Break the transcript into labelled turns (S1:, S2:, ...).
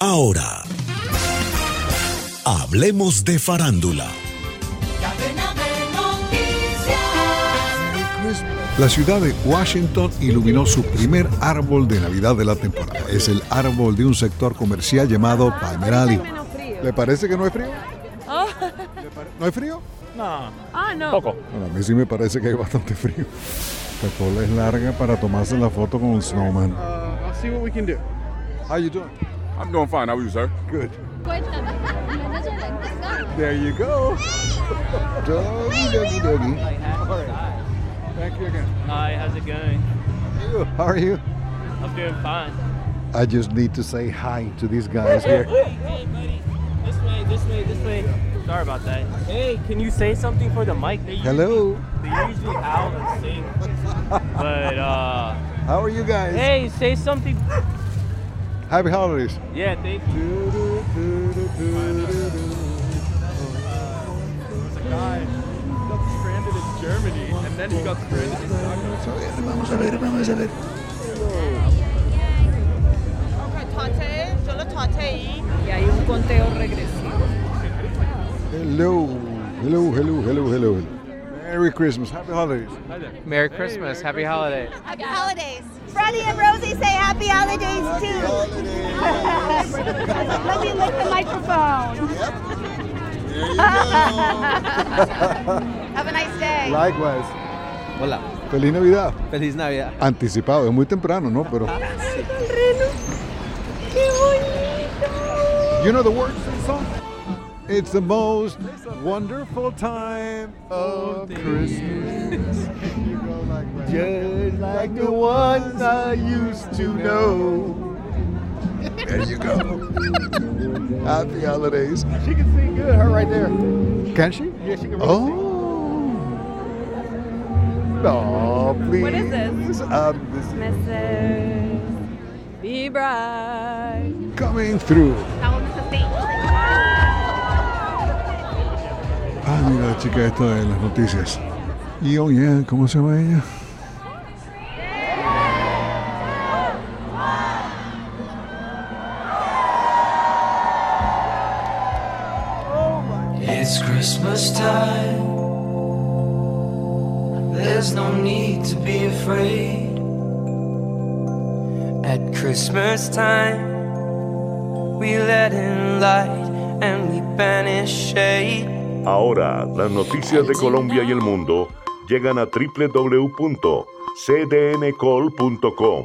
S1: Ahora, hablemos de farándula.
S2: La ciudad de Washington iluminó su primer árbol de Navidad de la temporada. Es el árbol de un sector comercial llamado Palmer Alley. ¿Le parece que no es frío? ¿Le pare- ¿No es frío?
S3: Ah, no.
S4: Poco.
S2: Bueno, a mí sí me parece que hay bastante frío. La cola es larga para tomarse la foto con un snowman.
S5: I'll see what we can do.
S2: How you doing?
S6: I'm doing fine. How are you, sir?
S2: Good. There you go. Doggy, doggy, doggy. Thank you again.
S4: Hi, how's it going?
S2: You, How are you?
S4: I'm doing fine.
S2: I just need to say hi to these guys here.
S4: hey, buddy. This way, this way, this way. Sorry about that. Hey, can you say something for the mic? They
S2: Hello.
S4: Usually, they usually howl and sing. But, uh,
S2: How are you guys?
S4: hey, say something.
S2: Happy holidays.
S4: Yeah, thank you.
S5: Guy got stranded in Germany, and then he got stranded in Stockholm.
S2: Vamos a ver, vamos a ver.
S3: Y hay un conteo regresivo.
S2: Hello. Hello, hello, hello, hello. Merry Christmas. Happy holidays.
S7: Merry Christmas. Happy holidays.
S8: Happy holidays. Freddie and Rosie say happy holidays too. Let me lick the microphone. Have a nice day.
S2: Likewise.
S7: Hola.
S2: Feliz Navidad.
S7: Feliz Navidad.
S2: Anticipado, es muy temprano, ¿no? Pero.
S8: ¡Qué bonito!
S2: You know the words to the song? It's the most wonderful time of Christmas. You go like that. Just like the ones I used to know. There you go. Happy holidays.
S5: She can sing good, her right there.
S2: Can she?
S5: Yeah, she can really sing.
S2: Oh. No, please.
S3: What is this?
S2: Um, this is
S3: Mrs. Be bright.
S2: coming through.
S8: How old is the thing?
S2: Ah, mira la chica esta de las noticias. Yo, yeah, ¿cómo se llama ella?
S9: It's Christmas time. There's no need to be afraid. At Christmas time, we let in light and we banish shade.
S10: Ahora, las noticias de Colombia y el mundo llegan a www.cdncol.com.